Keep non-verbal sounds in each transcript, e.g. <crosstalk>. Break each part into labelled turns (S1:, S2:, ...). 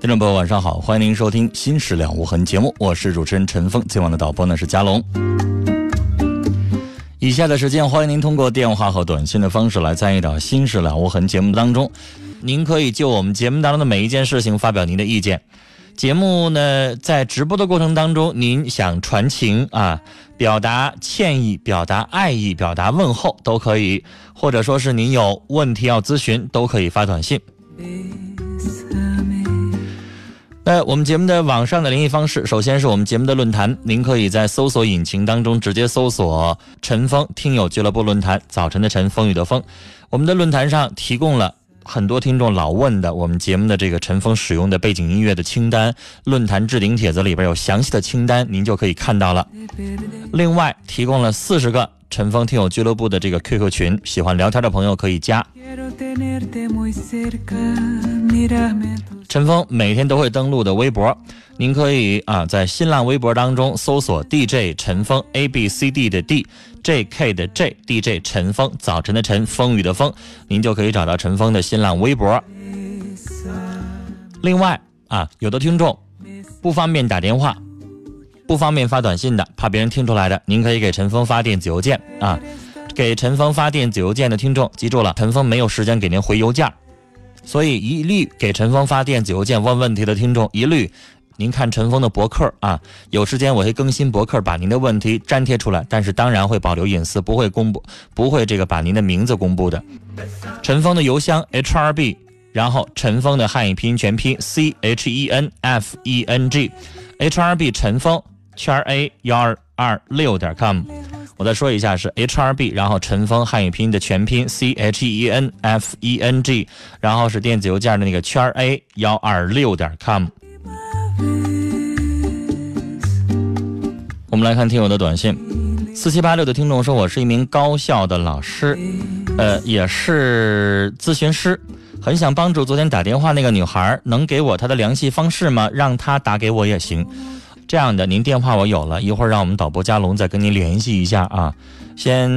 S1: 听众朋友，晚上好，欢迎您收听《新事了无痕》节目，我是主持人陈峰，今晚的导播呢是佳龙。以下的时间，欢迎您通过电话和短信的方式来参与到《新事了无痕》节目当中。您可以就我们节目当中的每一件事情发表您的意见。节目呢，在直播的过程当中，您想传情啊，表达歉意、表达爱意、表达问候都可以，或者说是您有问题要咨询，都可以发短信。那我们节目的网上的联系方式，首先是我们节目的论坛，您可以在搜索引擎当中直接搜索“陈峰听友俱乐部论坛”，早晨的晨，风雨的风。我们的论坛上提供了很多听众老问的我们节目的这个陈峰使用的背景音乐的清单，论坛置顶帖子里边有详细的清单，您就可以看到了。另外提供了四十个陈峰听友俱乐部的这个 QQ 群，喜欢聊天的朋友可以加。陈峰每天都会登录的微博，您可以啊在新浪微博当中搜索 DJ 陈峰 A B C D 的 D J K 的 J DJ 陈峰早晨的晨风雨的风，您就可以找到陈峰的新浪微博。另外啊，有的听众不方便打电话，不方便发短信的，怕别人听出来的，您可以给陈峰发电子邮件啊。给陈峰发电子邮件的听众记住了，陈峰没有时间给您回邮件。所以一律给陈峰发电子邮件问问题的听众，一律您看陈峰的博客啊，有时间我会更新博客，把您的问题粘贴出来，但是当然会保留隐私，不会公布，不会这个把您的名字公布的。陈峰的邮箱 h r b，然后陈峰的汉语拼音全拼 c h e n f e n g，h r b 陈峰圈 a 幺二二六点 com。我再说一下，是 H R B，然后陈峰汉语拼音的全拼 C H E N F E N G，然后是电子邮件的那个圈 A 幺二六点 com。我们来看听友的短信，四七八六的听众说，我是一名高校的老师，呃，也是咨询师，很想帮助昨天打电话那个女孩，能给我她的联系方式吗？让她打给我也行。这样的，您电话我有了，一会儿让我们导播佳龙再跟您联系一下啊，先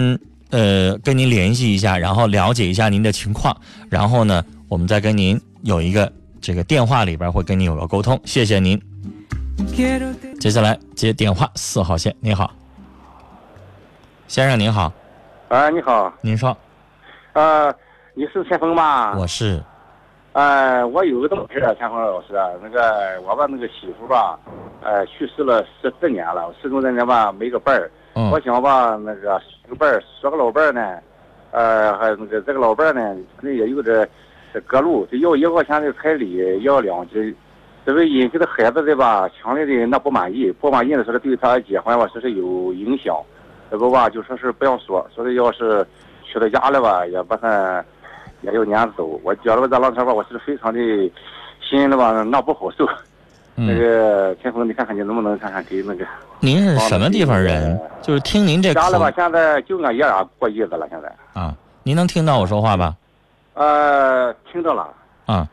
S1: 呃跟您联系一下，然后了解一下您的情况，然后呢，我们再跟您有一个这个电话里边会跟您有个沟通，谢谢您。接下来接电话，四号线，您好，先生您好，
S2: 啊你好，
S1: 您说，
S2: 呃你是陈峰吧？
S1: 我是，
S2: 呃我有个这么事儿，陈峰老师，啊那个我把那个媳妇吧。呃，去世了十四年了，始终这年吧没个伴儿。
S1: 嗯、
S2: 我想吧，那个寻个伴儿，说个老伴儿呢，呃，还那个这个老伴儿呢，可能也有点隔路，这要一块钱的彩礼要两斤，这为引起的孩子的吧，强烈的那不满意，不满意的说是对他结婚吧，说是有影响，这不吧就说是不要说，说的要是娶到家了吧，也不算也要撵走。我觉得这浪天吧，我是非常的心里吧那不好受。那个天峰，你看看你能不能看看给那个？
S1: 嗯您是什么地方
S2: 哦
S1: 人？就是听您这
S2: 家了吧？现在就俺爷俩过日子了，现在。
S1: 啊，您能听到我说话吧？
S2: 呃，听到了。
S1: 啊，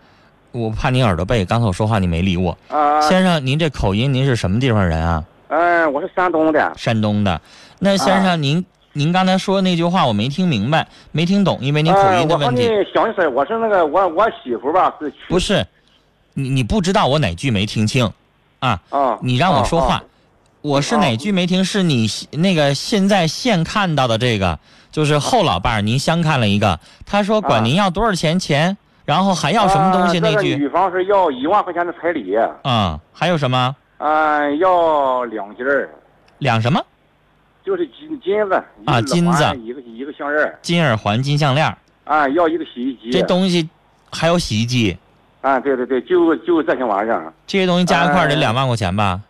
S1: 我怕您耳朵背，刚才我说话你没理我。
S2: 啊、呃，
S1: 先生，您这口音，您是什么地方人啊？
S2: 嗯、呃，我是山东的。
S1: 山东的，那先生、呃、您您刚才说那句话我没听明白，没听懂，因为您口音的问题。
S2: 呃、我和你想一声，我是那个我我媳妇吧是去。
S1: 不是，你你不知道我哪句没听清，啊？
S2: 啊，
S1: 你让我说话，
S2: 啊
S1: 我是哪句没听？是你那个现在现看到的这个，就是后老伴儿您相看了一个，他说管您要多少钱钱，然后还要什么东西
S2: 啊这
S1: 那
S2: 个
S1: 句
S2: 女方是要一万块钱的彩礼，
S1: 啊、还有什么
S2: 嗯，要两斤儿，
S1: 两什么
S2: 就是金金子
S1: 啊
S2: 一个
S1: 金子
S2: 碗一个一个项链儿，
S1: 金耳环、金项链儿，
S2: 啊，要一个洗衣机，
S1: 这东西还有洗衣机，
S2: 啊，对对对，就就这些玩意儿，
S1: 这些东西加一块儿得
S2: 哎
S1: 两万块钱吧？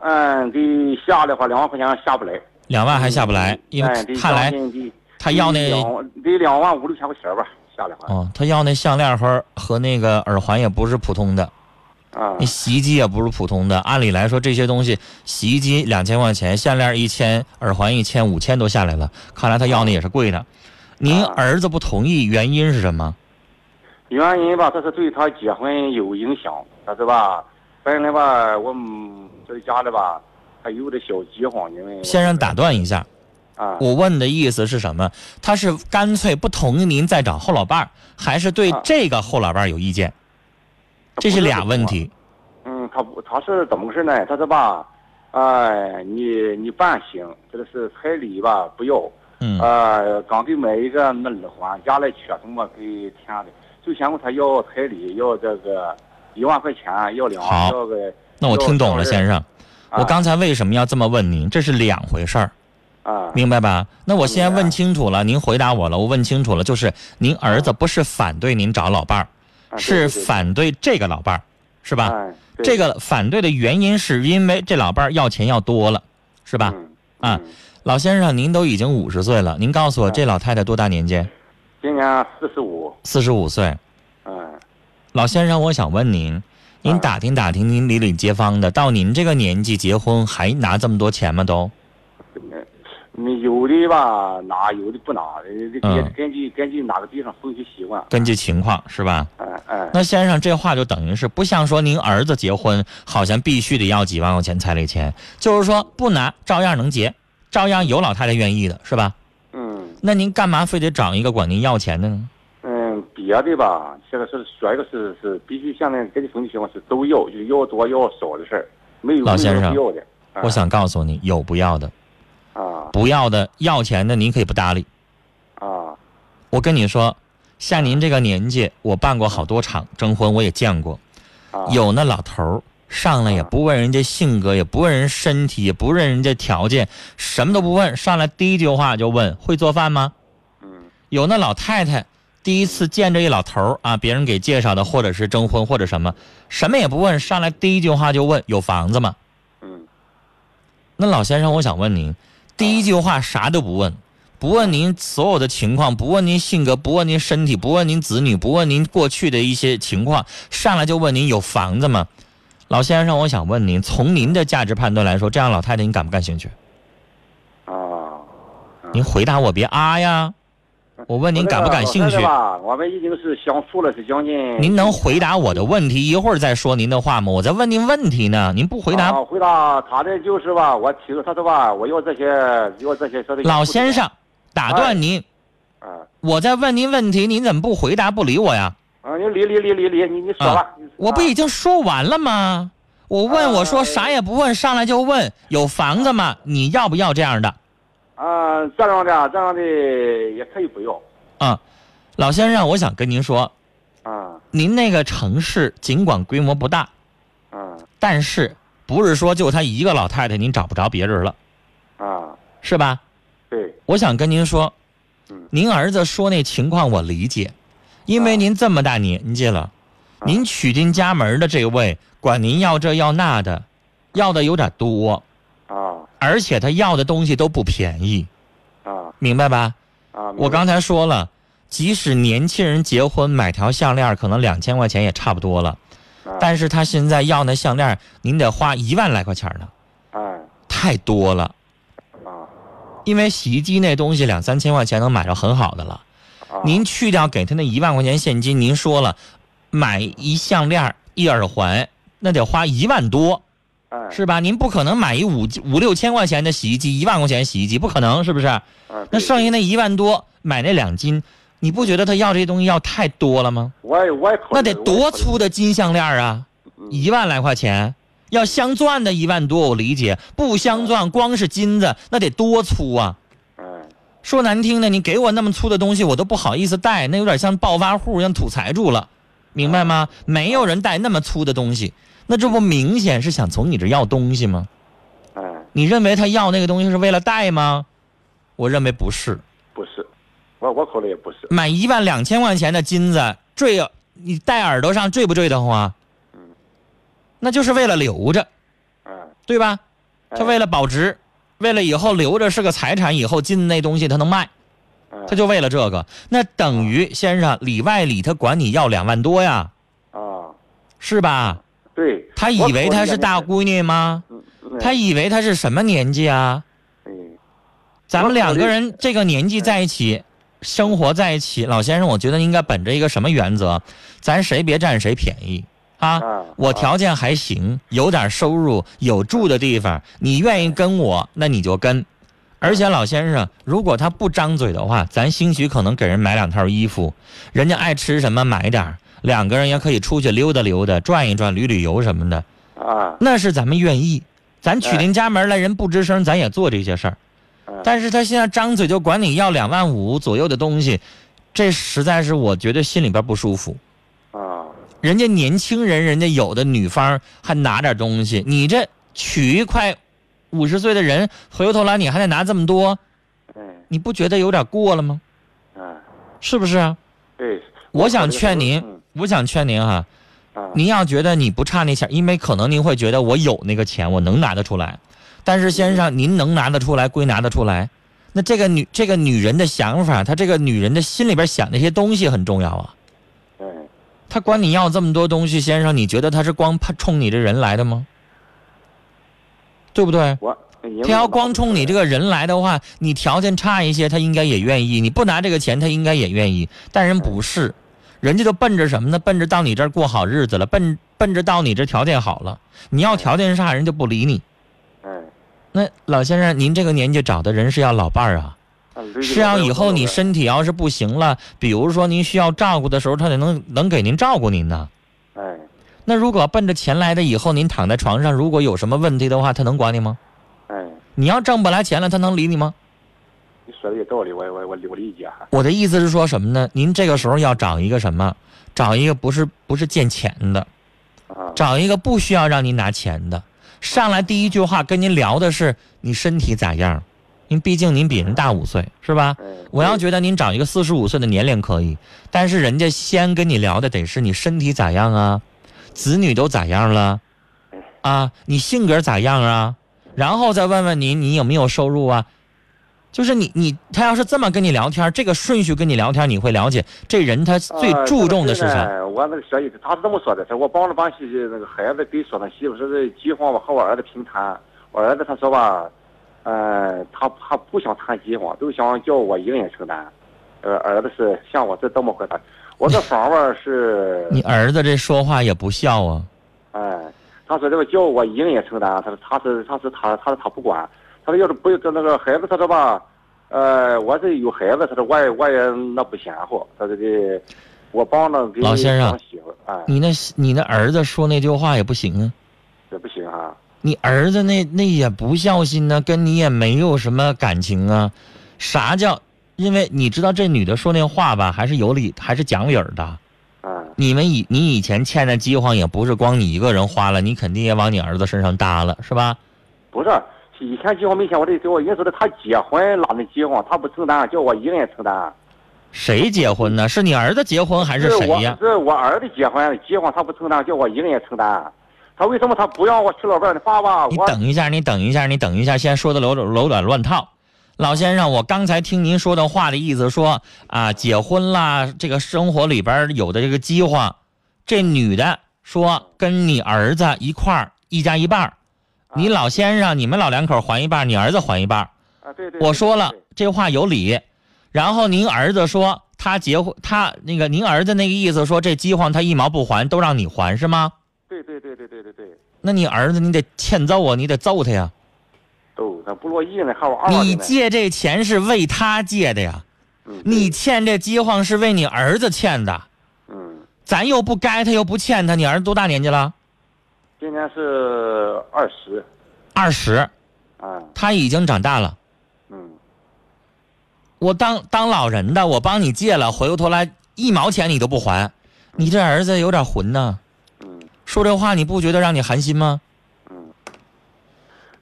S2: 嗯，得下的话两万块钱下不来，
S1: 两万还下不来，因
S2: 哎
S1: 为
S2: 得
S1: 看来
S2: 将近得
S1: 他要那
S2: 得两万得两万五六千块钱吧，下的话，
S1: 哦，他要那项链和和那个耳环也不是普通的，
S2: 啊
S1: 那洗衣机也不是普通的。按理来说，这些东西，洗衣机两千块钱，项链一千，耳环一千，五千都下来了。看来他要那也是贵的。您
S2: 啊
S1: 儿子不同意，原因是什么？
S2: 原因吧，这是对他结婚有影响，但是吧，本来吧，我们这家里吧，还有点小饥荒，因为
S1: 先生打断一下，
S2: 啊，
S1: 我问的意思是什么？他是干脆不同意您再找后老伴儿，还是对
S2: 啊
S1: 这个后老伴儿有意见？这是俩问题。
S2: 嗯，他不，他是怎么回事呢？他说吧，哎、你你办行，这个是彩礼吧，不要，
S1: 嗯
S2: 呃，刚给买一个那耳环，家里缺什么给添的，就嫌我他要彩礼，要这个一万块钱，要两万，
S1: 好
S2: 要啊个，
S1: 那我听懂了，
S2: 就是
S1: 先生。
S2: 啊
S1: 我刚才为什么要这么问您？这是两回事儿。
S2: 啊，
S1: 明白吧？那我先
S2: 明白
S1: 问清楚了，您回答我了，我问清楚了，就是您儿子不是反对您找老伴儿，
S2: 啊
S1: 是反对这个老伴儿，是吧？？
S2: 对
S1: 这
S2: 对对哎对
S1: 个反对的原因是因为这老伴儿要钱要多了，是吧？
S2: 嗯
S1: 啊
S2: 嗯
S1: 老先生，您都已经五十岁了，您告诉我
S2: 啊
S1: 这老太太多大年纪？
S2: 今年四十五，
S1: 四十五岁。
S2: 嗯，
S1: 老先生，我想问您，您
S2: 啊
S1: 打听打听您邻里街坊的，到您这个年纪结婚还拿这么多钱吗？都？
S2: 你有的吧拿，有的不拿，这
S1: 嗯
S2: 根根据根据哪个地方风俗习惯，
S1: 根据情况是吧？
S2: 嗯嗯。
S1: 那先生，这话就等于是不像说您儿子结婚，好像必须得要几万块钱彩礼钱，就是说不拿照样能结，照样有老太太愿意的，是吧？
S2: 嗯
S1: 那您干嘛非得找一个管您要钱的呢？
S2: 嗯，别的吧，现在是说一个是是必须现在根据风气情况是都要，就是要多要少的事儿，没有
S1: 老先生
S2: 没有不要的。啊
S1: 我想告诉你，有不要的，
S2: 啊
S1: 不要的要钱的您可以不搭理。
S2: 啊
S1: 我跟你说，像您这个年纪，我办过好多场征婚，我也见过，
S2: 啊，
S1: 有那老头儿上来也不问人家性格，也不问人身体，也不问人家条件，什么都不问，上来第一句话就问会做饭吗？
S2: 嗯
S1: 有那老太太第一次见着一老头儿啊，别人给介绍的，或者是征婚或者什么，什么也不问，上来第一句话就问有房子吗？
S2: 嗯
S1: 那老先生，我想问您，第一句话啥都不问，不问您所有的情况，不问您性格，不问您身体，不问您子女，不问您过去的一些情况，上来就问您有房子吗？老先生，我想问您，从您的价值判断来说，这样老太太你感不感兴趣？
S2: 啊，
S1: 您回答我，别啊呀！我问您感不感兴
S2: 我
S1: 趣
S2: 这个？吧，我们已经是相处了是将近。
S1: 您能回答我的问题，一会儿再说您的话吗？我在问您问题呢，您不回答。
S2: 啊回答他的就是吧，我提出他说吧，我要这些要这些说的。
S1: 老先生，打断您，
S2: 啊
S1: 我在问您问题，您怎么不回答不理我呀？
S2: 啊，你理理理理理，你你说吧。你
S1: 我不
S2: 啊
S1: 已经说完了吗？我问我说
S2: 啊
S1: 啥也不问，上来就问有房子吗？你要不要这样的？
S2: 啊，这样的这样的也可以不要
S1: 啊，老先生，我想跟您说，
S2: 啊
S1: 您那个城市尽管规模不大，
S2: 啊
S1: 但是不是说就她一个老太太，您找不着别人了，
S2: 啊，
S1: 是吧？
S2: 对。
S1: 我想跟您说
S2: 嗯，
S1: 您儿子说那情况我理解，因为
S2: 啊
S1: 您这么大年纪了，
S2: 啊
S1: 您娶进家门的这位管您要这要那的，要的有点多，
S2: 啊
S1: 而且他要的东西都不便宜，
S2: 啊
S1: 明白吧？
S2: 啊！明
S1: 我
S2: 白
S1: 刚才说了，即使年轻人结婚买条项链，可能两千块钱也差不多了，
S2: 啊
S1: 但是他现在要那项链，您得花一万来块钱呢，
S2: 哎
S1: 太多了。
S2: 啊
S1: 因为洗衣机那东西两三千块钱能买着很好的了，
S2: 啊！
S1: 您去掉给他那一万块钱现金，您说了，买一项链一耳环，那得花一万多，
S2: 嗯
S1: 是吧？您不可能买一五五六千块钱的洗衣机，一万块钱洗衣机不可能，是不是？
S2: 嗯，
S1: 那
S2: 对
S1: 剩下那一万多买那两斤，你不觉得他要这些东西要太多了吗？
S2: 我也我也考虑
S1: 那得多粗的金项链啊！
S2: 我也考虑嗯
S1: 一万来块钱，要镶钻的一万多，我理解；不镶钻，光是金子，那得多粗啊！
S2: 嗯
S1: 说难听的，你给我那么粗的东西，我都不好意思戴，那有点像暴发户，像土财主了，明白吗？没有人戴那么粗的东西，那这不明显是想从你这要东西吗？
S2: 嗯，
S1: 你认为他要那个东西是为了戴吗？我认为不是，
S2: 不是，我我考虑也不是，
S1: 买一万两千块钱的金子坠，你戴耳朵上坠不坠得慌啊？
S2: 嗯
S1: 那就是为了留着，
S2: 嗯，
S1: 对吧？他为
S2: 了
S1: 为了保值，为了以后留着是个财产，以后进那东西他能卖，
S2: 哎
S1: 他就为了这个。那等于先生里外里他管你要两万多呀，
S2: 啊，
S1: 是吧？
S2: 对，
S1: 他
S2: 我
S1: 以为
S2: 考虑
S1: 她
S2: 也
S1: 是大
S2: 没
S1: 闺女吗？
S2: 嗯嗯
S1: 他以为她是什么年纪啊？
S2: 嗯
S1: 咱们
S2: 我
S1: 两
S2: 考虑
S1: 个人这个年纪在一起，生活在一起，老先生，我觉得应该本着一个什么原则？咱谁别占谁便宜啊！
S2: 啊
S1: 我条件还行，有点收入，有住的地方，你愿意跟我，那你就跟。而且老先生，如果他不张嘴的话，咱兴许可能给人买两套衣服，人家爱吃什么买点儿，两个人也可以出去溜达溜达，转一转，旅旅游什么的，
S2: 啊，
S1: 那是咱们愿意。咱娶您家门来，人不吱声，咱也做这些事儿。
S2: 嗯
S1: 但是他现在张嘴就管你要两万五左右的东西，这实在是我觉得心里边不舒服。
S2: 啊，
S1: 人家年轻人，人家有的女方还拿点东西，你这娶一块五十岁的人，回过头来你还得拿这么多，
S2: 嗯
S1: 你不觉得有点过了吗？
S2: 嗯，
S1: 是不是啊？
S2: 对，
S1: 我想劝您
S2: 嗯，
S1: 我想劝您哈、
S2: 啊，
S1: 您要觉得你不差那钱，因为可能您会觉得我有那个钱，我能拿得出来。但是先生，您能拿得出来归拿得出来，那这个女这个女人的想法，她这个女人的心里边想那些东西很重要啊。
S2: 嗯
S1: 她管你要这么多东西，先生，你觉得她是光怕冲你这人来的吗？对不对？
S2: 我
S1: 她要光冲你这
S2: 个，
S1: 个人来的话，你条件差一些，她应该也愿意；你不拿这个钱，她应该也愿意。但人不是，人家就奔着什么呢？奔着到你这儿过好日子了，奔奔着到你这条件好了。你要条件差，人就不理你。
S2: 嗯，
S1: 那老先生，您这个年纪找的人是要老伴儿啊，
S2: 啊捋
S1: 是
S2: 着
S1: 要
S2: 我
S1: 以后你
S2: 我
S1: 身体要是不行了，比如说您需要照顾的时候，他得能能给您照顾您呢。
S2: 哎，
S1: 那如果奔着钱来的，以后您躺在床上，如果有什么问题的话，他能管你吗？
S2: 哎，
S1: 你要挣不来钱了，他能理你吗？
S2: 你说的有道理，我我我我理解哈。
S1: 我的意思是说什么呢？您这个时候要找一个什么？找一个不是不是见钱的，
S2: 啊，
S1: 找一个不需要让您拿钱的。上来第一句话跟您聊的是你身体咋样？您毕竟您比人大五岁，是吧？
S2: 嗯
S1: 我要觉得您找一个四十五岁的年龄可以，但是人家先跟你聊的得是你身体咋样啊，子女都咋样了，啊，你性格咋样啊，然后再问问您你有没有收入啊，就是你你他要是这么跟你聊天，这个顺序跟你聊天，你会了解这人他最
S2: 啊
S1: 注重的是
S2: 这
S1: 啥
S2: 个。呢我那个小姨，她是这么说的：，她说我帮着帮媳那个孩子给说呢，媳妇说这结婚我和我儿子平摊，我儿子他说吧，呃，他他不想谈结婚，都想叫我一个人承担。呃，儿子是像我这这么回答，我这方法是，
S1: 你儿子这说话也不孝啊，
S2: 哎、他说这个叫我一个人承担，他说他是他是他他说他不管，他说要是不这那个孩子，他说吧，呃，我这有孩子，他说我也我也那不嫌乎，他说这我帮着给
S1: 老先生
S2: 当媳妇，哎、
S1: 你那你那儿子说那句话也不行啊。
S2: 这不行啊。
S1: 你儿子那那也不孝心呢、跟你也没有什么感情啊。啥叫？因为你知道这女的说那话吧，还是有理，还是讲理儿的。
S2: 嗯
S1: 你们以你以前欠的饥荒也不是光你一个人花了，你肯定也往你儿子身上搭了，是吧？，
S2: 不是，以前结婚没钱，我这给我人说的，他结婚拉你结婚，他不承担，叫我一个人承担。
S1: 谁结婚呢？是你儿子结婚还是啊谁
S2: 我
S1: 呀？
S2: 是我儿子结婚，结婚他不承担，叫我一个人承担。他为什么他不让我娶老伴儿呢？爸爸，
S1: 你
S2: 我
S1: 等一下，你等一下，你等一下，先说的楼楼短乱套。老先生，我刚才听您说的话的意思说啊，结婚啦，这个生活里边儿有的这个饥荒，这女的说跟你儿子一块儿一家一半儿，你老先生你们老两口还一半儿，你儿子还一半儿。
S2: 啊，对对，
S1: 我说了
S2: 对
S1: 这话有理，然后您儿子说他结婚，他那个您儿子那个意思说这饥荒他一毛不还，都让你还是吗？
S2: 对对对对对对对对，
S1: 那你儿子你得欠揍啊，你得揍他呀。
S2: 都他不乐意呢，喊我二娃
S1: 你
S2: 呢。
S1: 借这钱是为他借的呀，
S2: 嗯
S1: 你欠这饥荒是为你儿子欠的，
S2: 嗯，
S1: 咱又不该他又不欠他，你儿子多大年纪了？
S2: 今年是二十
S1: 二十，
S2: 啊，
S1: 他已经长大了。
S2: 嗯，
S1: 我当当老人的，我帮你借了，回过头来一毛钱你都不还，你这儿子有点混呢。
S2: 嗯，
S1: 说这话你不觉得让你寒心吗？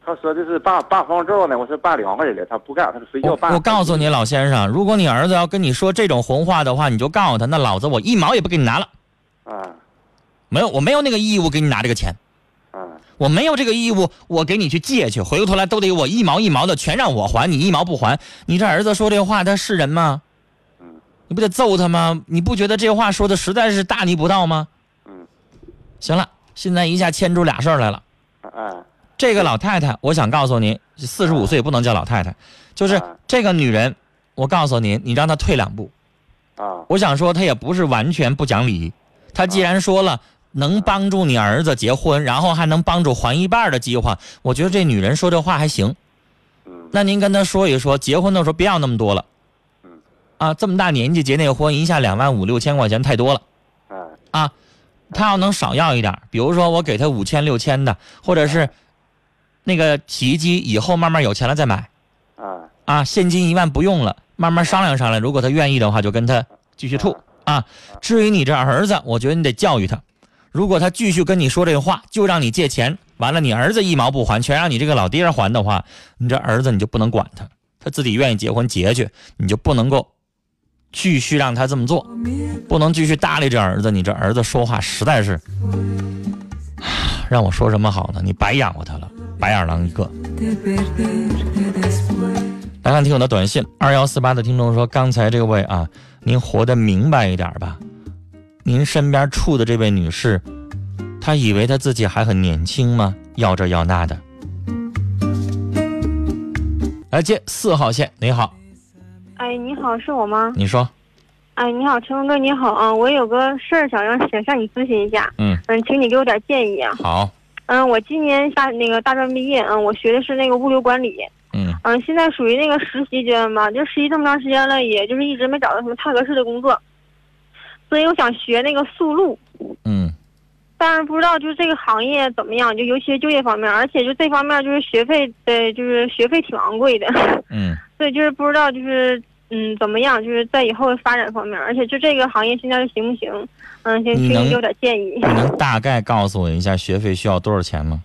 S2: 他说的是办办房照呢，我说办两个人了，他不干，他说非要
S1: 我
S2: 办。
S1: 我告诉你，老先生，如果你儿子要跟你说这种混话的话，你就告诉他，那老子我一毛也不给你拿了，
S2: 啊
S1: 没有，我没有那个义务给你拿这个钱，
S2: 啊，
S1: 我没有这个义务，我给你去借去，回过头来都得我一毛一毛的全让我还，你一毛不还，你这儿子说这话他是人吗？
S2: 嗯
S1: 你不得揍他吗？你不觉得这话说的实在是大逆不道吗？
S2: 嗯
S1: 行了，现在一下牵出俩事儿来了。
S2: 啊
S1: 这个老太太，我想告诉您，四十五岁不能叫老太太，就是
S2: 啊
S1: 这个女人，我告诉您，你让她退两步。
S2: 啊
S1: 我想说，她也不是完全不讲理，她既然说了能帮助你儿子结婚，然后还能帮助还一半的计划，我觉得这女人说这话还行。
S2: 嗯
S1: 那您跟她说一说，结婚的时候别要那么多了
S2: 嗯。
S1: 啊，这么大年纪结那个婚，一下两万五六千块钱太多了。
S2: 啊
S1: 啊，他要能少要一点儿，比如说我给他五千六千的，或者是那个洗衣机以后慢慢有钱了再买
S2: 啊
S1: 啊，现金一万不用了，慢慢商量商量，如果他愿意的话，就跟他继续处啊。至于你这儿子，我觉得你得教育他，如果他继续跟你说这话，就让你借钱，完了你儿子一毛不还，全让你这个老爹还的话，你这儿子你就不能管他，他自己愿意结婚结去，你就不能够继续让他这么做。不能继续搭理这儿子，你这儿子说话实在是，唉让我说什么好呢？你白养活他了，白眼狼一个。来看听友的短信，二幺四八的听众说：“刚才这位啊，您活得明白一点吧。您身边处的这位女士，她以为她自己还很年轻吗？要这要那的。”来接四号线，你好，
S3: 哎，你好，是我吗？
S1: 你说，
S3: 哎，你好，陈峰哥，你好啊，我有个事儿想让想向你咨询一下，
S1: 嗯，
S3: 嗯，请你给我点建议啊。
S1: 好，
S3: 嗯，我今年下那个大专毕业，嗯，我学的是那个物流管理，
S1: 嗯
S3: 嗯，现在属于那个实习阶段吧，就实习这么长时间了，也就是一直没找到什么太合适的工作，所以我想学那个速录，
S1: 嗯
S3: 但是不知道就是这个行业怎么样，就尤其是就业方面，而且就这方面就是学费的，就是学费挺昂贵的。
S1: 嗯
S3: 对，就是不知道，就是嗯，怎么样，就是在以后的发展方面，而且就这个行业现在是行不行？嗯，先
S1: 你
S3: 请
S1: 能
S3: 你给我点建议。
S1: 你能大概告诉我一下学费需要多少钱吗？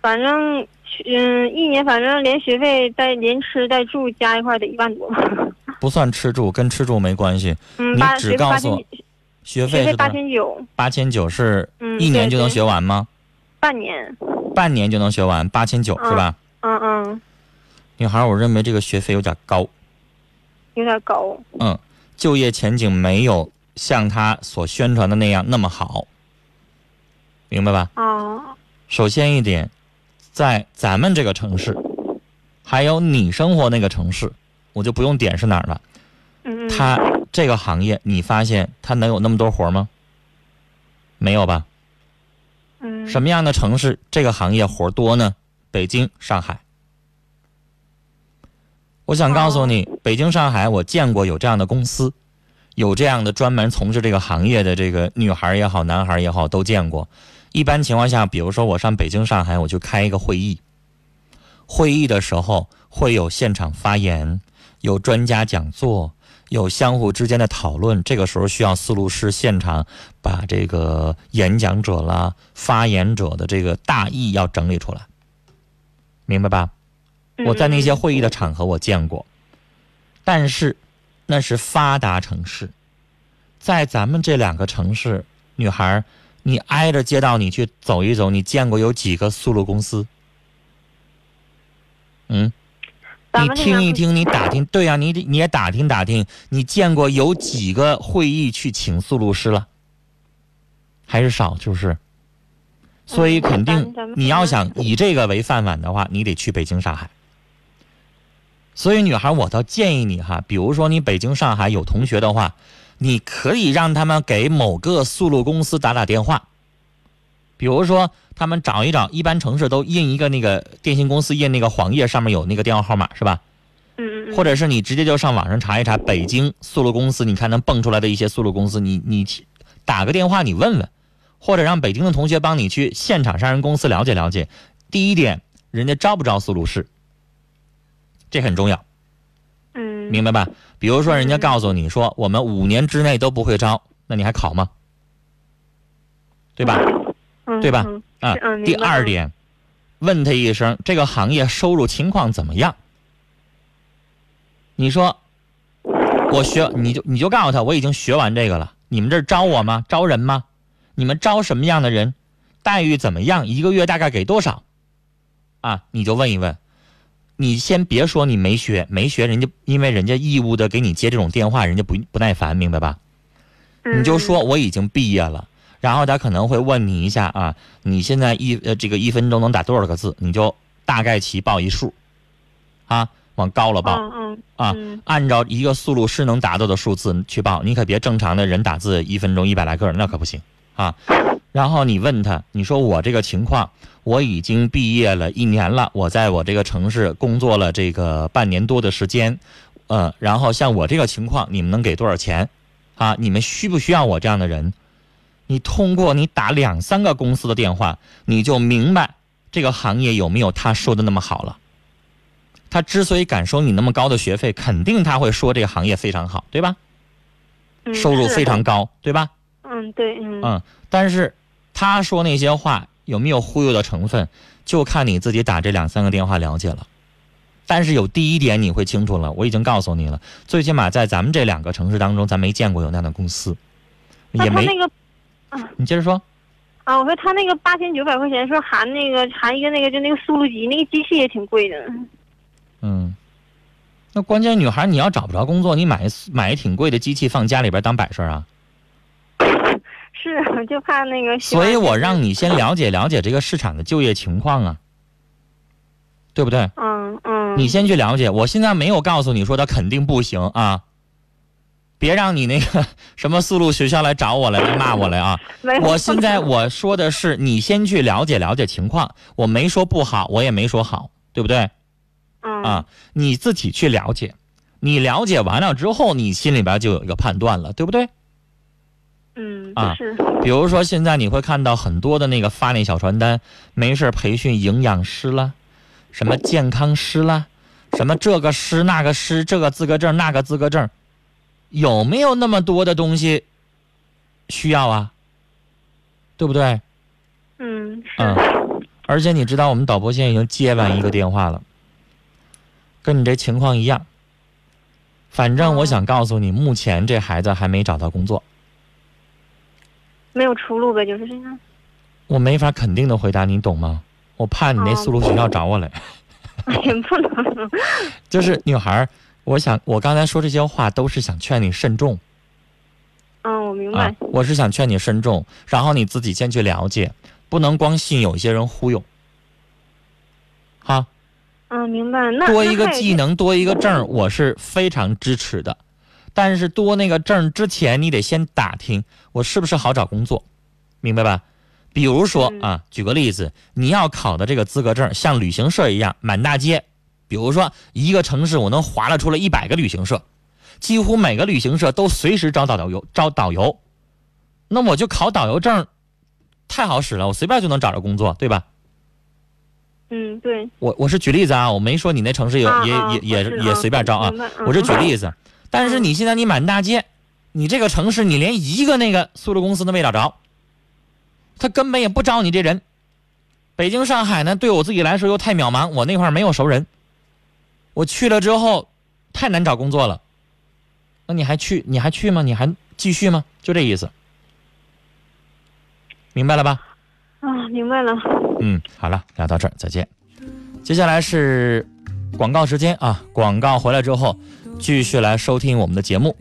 S3: 反正嗯，一年反正连学费带连吃带住加一块儿得一万多吧。
S1: 不算吃住，跟吃住没关系。
S3: 嗯，
S1: 你
S3: 八
S1: 只
S3: 学费
S1: 告
S3: 八
S1: 诉
S3: 千
S1: 我
S3: 九，
S1: 学
S3: 学
S1: 费
S3: 费
S1: 是多
S3: 八
S1: 少？
S3: 千九，
S1: 八千九是
S3: 嗯
S1: 一年
S3: 对
S1: 就能
S3: 对
S1: 学完吗？
S3: 半年。
S1: 半年就能学完，八千九是吧？
S3: 嗯嗯，
S1: 女孩，我认为这个学费有点高，
S3: 有点高。
S1: 嗯，就业前景没有像她所宣传的那样那么好，明白吧？
S3: 啊
S1: 首先一点，在咱们这个城市，还有你生活那个城市，我就不用点是哪儿了。
S3: 嗯嗯，
S1: 他这个行业，你发现他能有那么多活儿吗？没有吧？
S3: 嗯
S1: 什么样的城市这个行业活儿多呢？北京、上海。我想告诉你，北京、上海，我见过有这样的公司，有这样的专门从事这个行业的这个女孩儿也好，男孩儿也好，都见过。一般情况下，比如说我上北京、上海，我去开一个会议，会议的时候会有现场发言，有专家讲座，有相互之间的讨论。这个时候需要思路师现场把这个演讲者啦、发言者的这个大意要整理出来，明白吧？
S3: 嗯
S1: 我在那些会议的场合我见过，但是那是发达城市，在咱们这两个城市，女孩儿，你挨着街道你去走一走，你见过有几个速录公司？嗯，
S3: 咱
S1: 你
S3: 们那边
S1: 听一
S3: 不
S1: 听，你打听，对呀、你得你也打听打听，你见过有几个会议去请速录师了？还是少，是不是？所以
S3: 嗯
S1: 肯
S3: 咱
S1: 定
S3: 咱们
S1: 你要
S3: 看看
S1: 想以这个为饭碗的话，你得去北京、上海。所以，女孩，我倒建议你哈，比如说你北京、上海有同学的话，你可以让他们给某个速录公司打打电话，比如说他们找一找，一般城市都印一个那个电信公司印那个黄页，上面有那个电话号码是吧？
S3: 嗯嗯
S1: 或
S3: 嗯，
S1: 者是你直接就上网上查一查北京速录公司，你看能蹦出来的一些速录公司，你你去打个电话你问问，或者让北京的同学帮你去现场上人公司了解了解。第一点，人家招不招速录室，这很重要，
S3: 嗯，
S1: 明
S3: 白，
S1: 白吧？比如说人家告诉你说我们五年之内都不会招，那你还考吗？对吧？对吧
S3: 嗯
S1: 啊
S3: 是嗯，
S1: 第
S3: 明白
S1: 二
S3: 嗯
S1: 点，问他一声这个行业收入情况怎么样？你说，我学你就你就告诉他我已经学完这个了，你们这儿招我吗？招人吗？你们招什么样的人？待遇怎么样？一个月大概给多少？啊，你就问一问。你先别说你没学，没学人家，因为人家义务的给你接这种电话，人家不不耐烦，明白吧？你
S3: 嗯
S1: 就说我已经毕业了，然后他可能会问你一下啊，你现在一呃这个一分钟能打多少个字？你就大概其报一数，啊，往高了
S3: 嗯
S1: 报，
S3: 嗯
S1: 啊
S3: 嗯
S1: 按照一个速录师能达到的数字去报，你可别正常的人打字一分钟一百来个，那可不行啊。然后你问他，你说我这个情况，我已经毕业了一年了，我在我这个城市工作了这个半年多的时间，呃，然后像我这个情况，你们能给多少钱？啊，你们需不需要我这样的人？你通过你打两三个公司的电话，你就明白这个行业有没有他说的那么好了。他之所以敢收你那么高的学费，肯定他会说这个行业非常好，对吧？
S3: 嗯，
S1: 收入
S3: 是
S1: 非，常高，对吧？
S3: 嗯对，嗯
S1: 嗯，但是他说那些话有没有忽悠的成分，就看你自己打这两三个电话了解了。但是有第一点你会清楚了，我已经告诉你了，最起码在咱们这两个城市当中，咱没见过有那样的公司，
S3: 那
S1: 也
S3: 他
S1: 没
S3: 那个
S1: 你接着说，
S3: 啊，我说他那个八千九百块钱，说含那个含一个那个就那个速录机，那个机器也挺贵的。
S1: 嗯。那关键女孩你要找不着工作，你买买挺贵的机器放家里边当摆设啊，
S3: 是，啊 <laughs> 就怕那个。
S1: 所以我让。你先了解了解这个市场的就业情况啊，对不对？
S3: 嗯嗯。
S1: 你先去了解，我现在没有告诉你说他肯定不行啊，别让你那个 <laughs> 什么思路学校来找我来来骂我来啊！
S3: 没有。
S1: 我现在 <laughs> 我说的是你先去了解了解情况，我没说不好，我也没说好，对不对
S3: <laughs> 嗯
S1: 啊？你自己去了解，你了解完了之后，你心里边就有一个判断了，对不对？
S3: 嗯
S1: 啊
S3: 是
S1: 比如说，现在你会看到很多的那个发那小传单，没事儿培训营养师啦，什么健康师啦，什么这个师那个师，这个资格证那个资格证，有没有那么多的东西需要啊？对不对？
S3: 嗯是
S1: 嗯。而且你知道，我们导播现在已经接完一个电话了，跟你这情况一样。反正我想告诉你，目前这孩子还没找到工作，
S3: 没有出路呗，就是这
S1: <laughs>
S3: 样。
S1: 我没法肯定的回答你，懂吗？我怕你那
S3: 哦
S1: 速录学校找我来。 <laughs>
S3: 也不能。
S1: 就是女孩儿，我想我刚才说这些话都是想劝你慎重
S3: 嗯，我明白。
S1: 啊，我是想劝你慎重，然后你自己先去了解，不能光信有一些人忽悠。哈，
S3: 嗯，明白。那
S1: 多
S3: 那
S1: 一个
S3: 还有
S1: 技能，多一个
S3: 嗯
S1: 证儿，我是非常支持的。但是多那个证儿之前，你得先打听我是不是好找工作，明白吧？比如说
S3: 嗯
S1: 啊，举个例子，你要考的这个资格证，像旅行社一样，满大街，比如说一个城市，我能划拉出来一百个旅行社，几乎每个旅行社都随时招导游，招导游。那我就考导游证儿，太好使了，我随便就能找着工作，对吧？
S3: 嗯，对。
S1: 我我是举例子啊，我没说你那城市有、
S3: 啊
S1: 也
S3: 啊
S1: 也
S3: 我
S1: 也
S3: 知道
S1: 也随便招啊，
S3: 明白嗯
S1: 我是举例子。但是你现在你满大街，你这个城市你连一个那个速录公司都没找着，他根本也不招你这人。北京、上海呢，对我自己来说又太渺茫，我那块儿没有熟人，我去了之后太难找工作了。那你还去？你还去吗？你还继续吗？就这意思，明白了吧？
S3: 啊，明白了。
S1: 嗯，好了，聊到这儿，再见。接下来是广告时间啊，广告回来之后，继续来收听我们的节目。